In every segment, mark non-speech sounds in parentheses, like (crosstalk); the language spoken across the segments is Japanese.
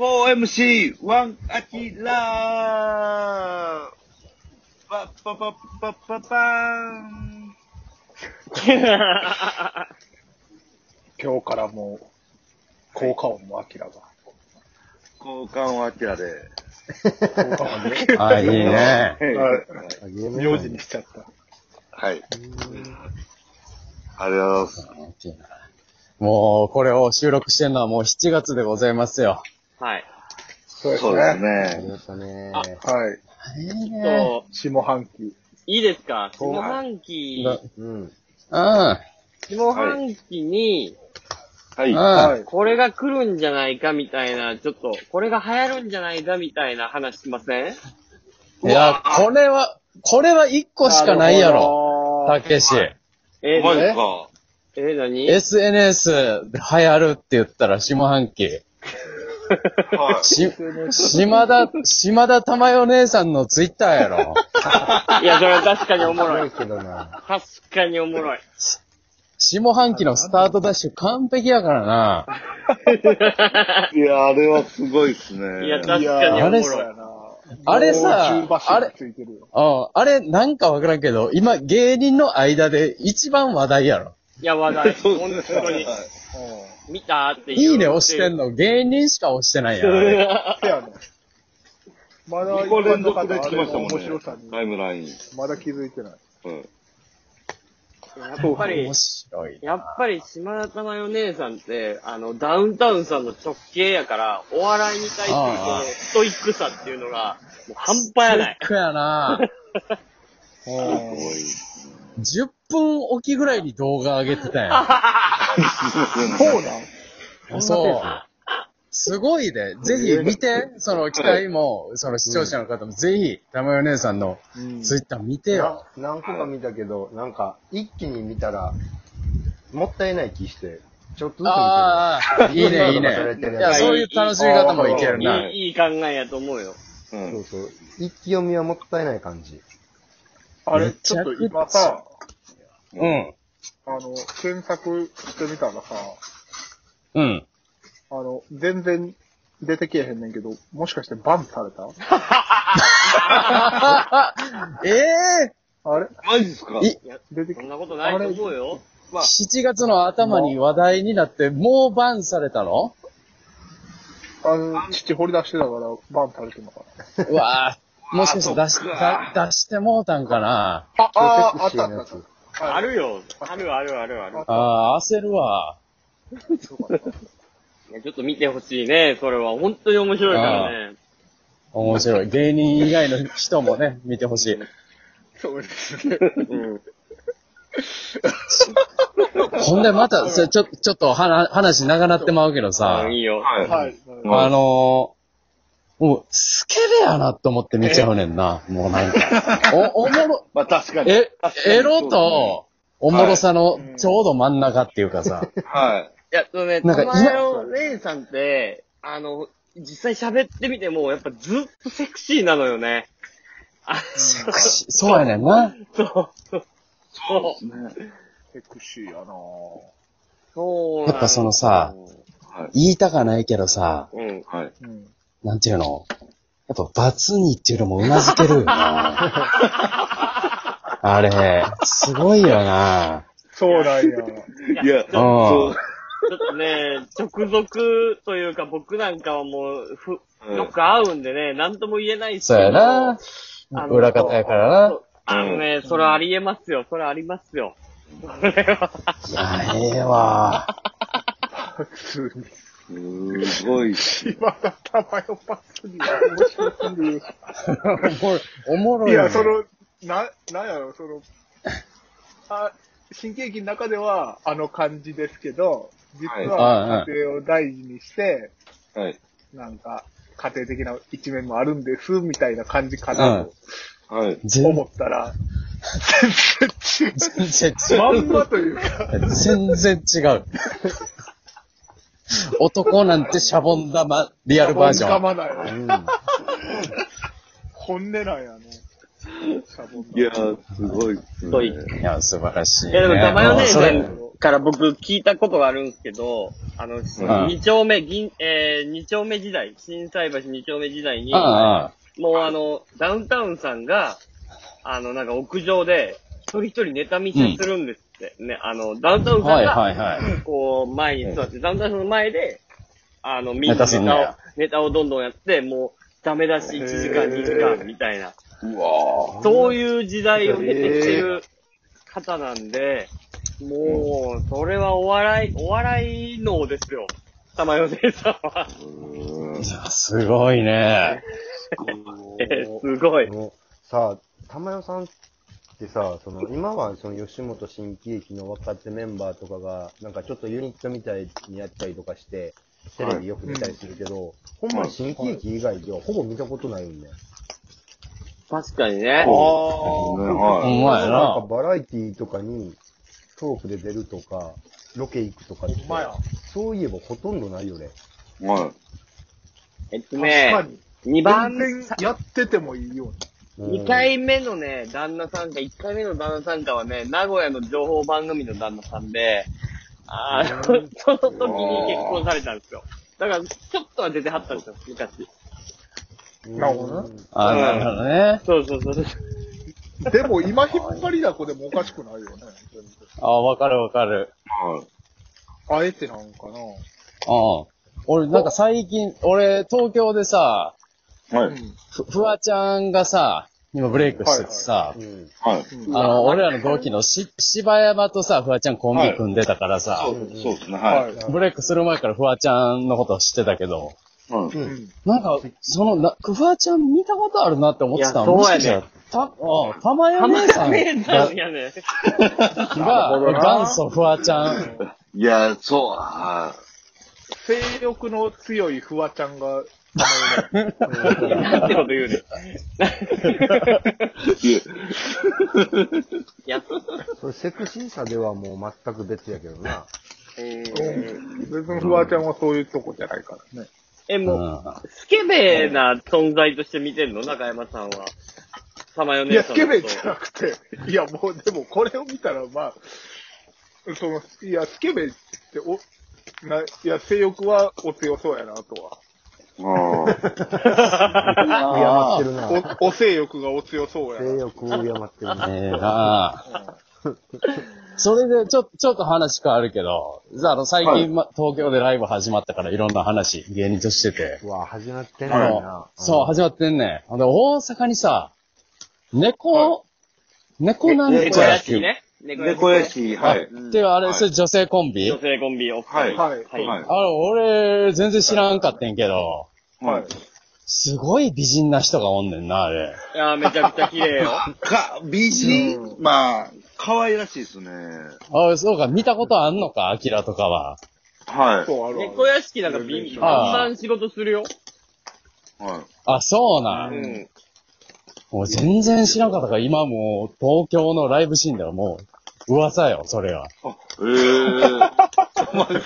4MC1 アキラーパッパパッパッパパーン今日からもう、効果音もアキラが。交換はアキラで。効果音ね。あ、い (laughs) いね。はい名字にしちゃった。はい。ありがとうございます。もう、これを収録してるのはもう7月でございますよ。はい。そうですそうですね。ね。っとねあはい。いいえっね。と、下半期。いいですかそう下半期、うん。うん。下半期に、はい。は。はいい。これが来るんじゃないかみたいな、ちょっと、これが流行るんじゃないかみたいな話しませいんや、これは、これは1個しかないやろ。ろたけし。えマジー、っすか。えー、何 SNS で流行るって言ったら下半期。はい。し、島田、島田玉代姉さんのツイッターやろ。いや、それは確かにおもろい。けどな。確かにおもろい。下半期のスタートダッシュ完璧やからな。いや、あれはすごいっすね。いや確かにあれそうやなあれさもう中馬あ車れについてるよ。うん。あれ、なんかわからんけど、今、芸人の間で一番話題やろ。いや、話題。そう本です当にね。。見たっていう。いいね押してんの、芸人しか押してないやろあれ。のせやね。まだ2個連続で一般の方来ましたもんあれの面白さね。タに、イムライン。まだ気づいてない。うん。やっぱり面、白いな。やっぱり島田珠代姉さんって、あの、ダウンタウンさんの直系やから、お笑いに対するこああのストイックさっていうのが、もう半端やない。ショックやな (laughs) すごい。 (laughs) そ10分おきぐらいに動画上げてたやそうなんん。そう。すごいで。ぜひ見て、その期待も、その視聴者の方も、ぜひ、玉代姉さんのツイッター見てよ。な何個か見たけど、なんか、一気に見たら、もったいない気して、ちょっとずつ見てる。ああ、いいね、いいね。いや、そういう楽しみ方もいけるいな。いいい考えやと思うよ。うそんう。そう。一気読みはもったいない感じ。あれ、ちょっと今さ、うん。あの、検索してみたらさ、うん。 (laughs) あの、全然出てけえへんねんけど、もしかしてバンされたええあれマジっすかい出てそけんなことないと思うよ。まあ、 7月の頭に話題になって、もうバンされたのあの、父掘り出してたからバンされてんのかなうわぁ、もしかして出しそっか出出してもうたんかなあ、あー、あっ超セクシーたなあやったあっつ。た。あるよ。あるあるあるある。ああ、焦るわ。いやちょっと見てほしいね。それは本当に面白いからね。面白い。芸人以外の人もね、見てほしい。そうですね。うん。 (laughs) ほんでまた、それちょ、ちょっと話、話長なってまうけどさあ、いいよ。はい。はい。いあのー、もう、スケベやなと思って見ちゃうねんな。もうなんか。お、おもろ、まあ確かに。え、エロそと、おもろさのちょうど真ん中っていうかさ。はいや、そのね、なんかたまよ姉さんって、あの、実際喋ってみても、やっぱずっとセクシーなのよね。あのそうやねんな。そう。そい。ねセクシーやなぁ。う。そうやっぱそのさ、はい。言いたかないけどさ、うん。はい。うん。なんていうのやっぱ、バツにっていうのもうなずけるよな。あれ、すごいよな。そうなんや。いや、うん。そう。ちょっとね、直属というか僕なんかはもう、ふ、うんよく合うんでね、なんとも言えないし。そうやな。あの裏方やからな。あのね、それはありえますよ。それはありますよ。それは。あええわ。普通に。すごいし。今だたまよパスには面白すぎる。おもろいいよね。や、その、な、なんやろ、その、あ、新喜劇の中ではあの感じですけど、実はは家庭を大事にして、はい。なんか、家庭的な一面もあるんです、みたいな感じかなとはい。思全った (laughs) ら、全然まんまというか、違う。全然違う。男なんてシャボン玉、リアルバージかョン。まない。うん。本音なんやね。シャボンいや、すごいっすね。といいや、素晴らしい、いね。やでも、たまよもう姉そされん、から僕聞いたことがあるんですけど、あの、ん二丁目、銀、えー、二丁目時代、震災橋二丁目時代に、あもうあの、ダウンタウンさんが、あの、なんか屋上で、一人一人ネタ見せするんですって。ね、あの、ダウンタウンあ、さんはいが、はいはい。こう、前に座って、ダウンタウンさんの前で、あの、みネんなネタすんのタをや、ネタをどんどんやって、もう、ダメ出し1時間、へー2時間みたいな、うわそういう時代を経てきてる方なんで、もう、それはお笑い、お笑い脳ですよ。玉よ姉さんは。いやすごいね。え (laughs) すごい。もうさあ、玉代さんってさ、その、今はその吉本新喜劇の若手メンバーとかが、なんかちょっとユニットみたいにやったりとかして、テレビよく出たりするけど、ほんまに新喜劇以外ではほぼ見たことないよね。確かにね。ああ、ほはい。んまやなんかな。バラエティーとかにトークで出るとか、ロケ行くとかってほんまや、そういえばほとんどないよね。はえっと確かね、に。 2番全目、然やっててもいいように。うん2回目のね、旦那さんか、1回目の旦那さんかはね、名古屋の情報番組の旦那さんで、あの、その時に結婚されたんですよ。だから、ちょっとは出てはったんですよ、昔。なるほどなうんあなるほどね。そうそうそう。でも今引っ張りだこでもおかしくないよね。全然あわかるわかる。い。はい。あえてなんかな。うん。俺、なんか最近、俺、東京でさ、はうい。んふ、ふわちゃんがさ、今ブレイクしててさ、うんはい。あの、俺らの同期のし、柴山とさ、フワちゃんコンビ組んでたからさ、そう、そうですね。はい。いブレイクする前からフワちゃんのこと知ってたけど、はい。ううんんなんか、そのな、フワちゃん見たことあるなって思ってたいやの。そうやねもしかしたらた、あたまや姉さん姉さんが、や (laughs) ね。が元祖フワちゃん。いや、そう、は性欲の強いフワちゃんが、なんてこと言うねん。い。いやいや、それセクシーさではもう全く別やけどな。うえー、ん別にフワちゃんはそういうとこじゃないからね。え、うもう、んスケベな存在として見てるの中山さんは。玉よい姉や、さスんのケこと。ベじゃなくて、いや、もうでもこれを見たら、まあ、その、いや、スケベって、お、な、いや、性欲はお強そうやなとは。ああ。敬ってるな。お、お性欲がお強そうや性な。欲を敬ってるな。ええなあそれで、ちょ、ちょっと話変わるけど、あの、最近、ま東京でライブ始まったから、いろんな話、芸人としてて。うわ、始まってんあののよな。そう、始まってんねん。あの、大阪にさ、猫、猫なんねち猫ゃら屋ってい敷う。ね。猫屋敷猫ね屋敷、はい。で、あれ、はいそれ女性コンビ、女性コンビお二人。はいはい。はい。あの、俺、全然知らんかってんけど、はい。すごい美人な人がおんねんな、あれ。いやーめちゃくちゃ綺麗よ。か、美人、まあ、可愛らしいですね。あそうか、見たことあんのか、アキラとかは。はそう、あるある。猫屋敷なんかビン、バンあーバン仕事するよ。い。はい。あ、そうな。うんん。もう全然知らんかったから、今もう、東京のライブシーンではもう、噂よ、それは。あ、え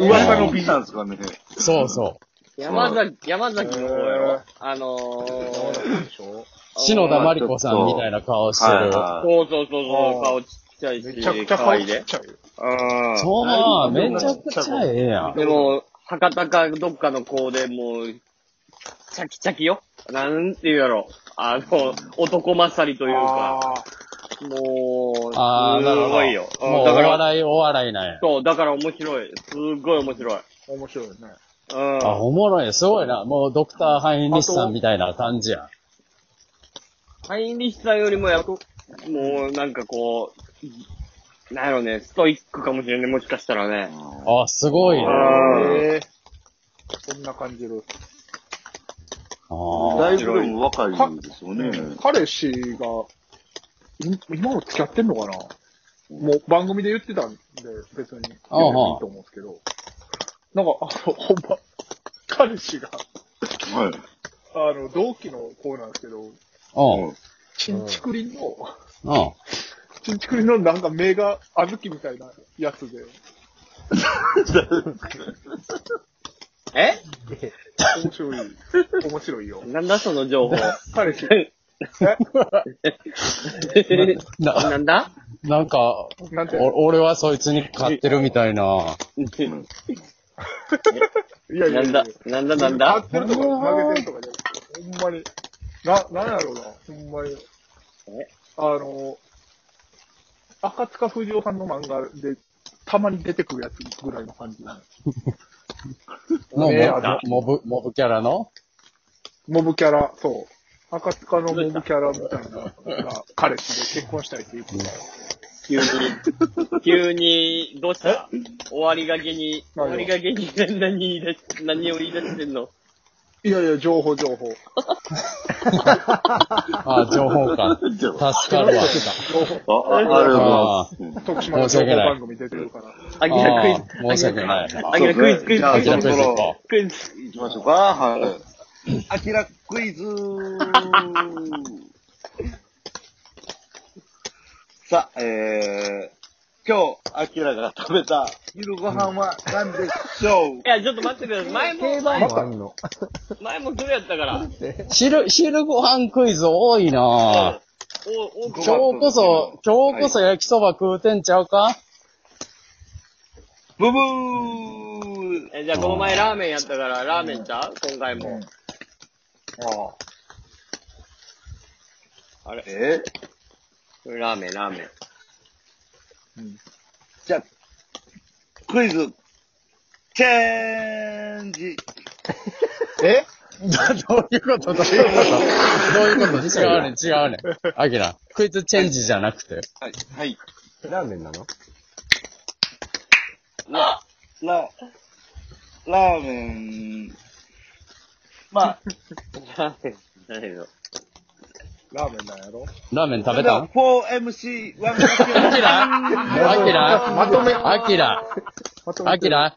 え。 (laughs) 噂の美なんですかね。そうそう。山崎、山崎の方やへろー。あのー、篠田麻里子さんみたいな顔してる。はそうそうそうそう、あー顔ちっちゃいし、めちゃくちゃ可可愛愛いいで。ちゃうよ。うん。そうなあ、めちゃくちゃええやん。でも、博多かどっかの子でもう、チャキチャキよ。なんて言うやろ。あの、男勝りというか、あもう、すああ、なるほど。ごいよ。うんもう、おだから、笑い、お笑いなんや。そう、だから面白い。すっごい面白い。ー面白いね。うん。あ、おもろい。すごいな。もう、ドクター・ハインリスさんみたいな感じやん。ハインリッシュさんよりもやっと、もうなんかこう、なんやろね、ストイックかもしれんね、もしかしたらね。あ、すごいね。あうんええそんな感じる。い。ーだいぶでも若いですよね。彼氏が、い今も付き合ってんのかなもう番組で言ってたんで、別に言ってもいいと思うんですけど。なんか、あの、ほんま、彼氏が、はい。あの、同期の子なんですけど、うん。うん。チンチクリンの、あチンチクリンのなんか目が小豆みたいなやつで、え面白い、面白いよ。なんだその (laughs) 情報。彼氏、ななんだなんか、なんて、お俺はそいつに勝ってるみたいな。いやいやないんやだ、なんだなんだ勝ってるとか、投げてるとかじゃなくて、ほんまに。な、なんやろうな、ほんまに。あの、赤塚不二夫さんの漫画で、たまに出てくるやつぐらいの感じ。のねえあモブ、モブキャラのモブキャラ、そう。赤塚のモブキャラみたいなの (laughs) が、彼氏で結婚したいっていうこと急に、急に、どうした終わりがけに、終わりがけに何言い出し、何を言い出してんのいやいや、情報情報。あ、情報か。助かるわ。あ、あありがとうございます。あ徳島の情報番組出てる (laughs) から。あきらクイズ。あ申し訳ないあきらクイズ、クイズ、じゃあー、クじそろそろゃあクイズイズ行こう。クイズ。行きましょうか。はい。あきらク (laughs) イズさあ、えー、今日、あきらが食べた昼ご飯は何でしょういや、ちょっと待ってください。前定も、番もあんの。前もそれやったから。昼、昼ご飯クイズ多いなぁ。お、お、 (laughs) 今日こそ、今日こそ焼きそば食うてんちゃうかブブーえ、じゃあこの前ラーメンやったから、ラーメンちゃう今回も。ああれえラーメン、ラーメン。嗯じゃあ、クイズ、チェンジえどういうことどういうことどういうこと違うねん、違うねん。アキラ、クイズチェンジじゃなくて。はい、はい。ラーメンなのラ、ラ、ラーメン、まあ、ラーメン、何よ。ラーメンなんやろラーメン食べたん 4MC1 アキラアキラまとめアキラまとめアてキるラ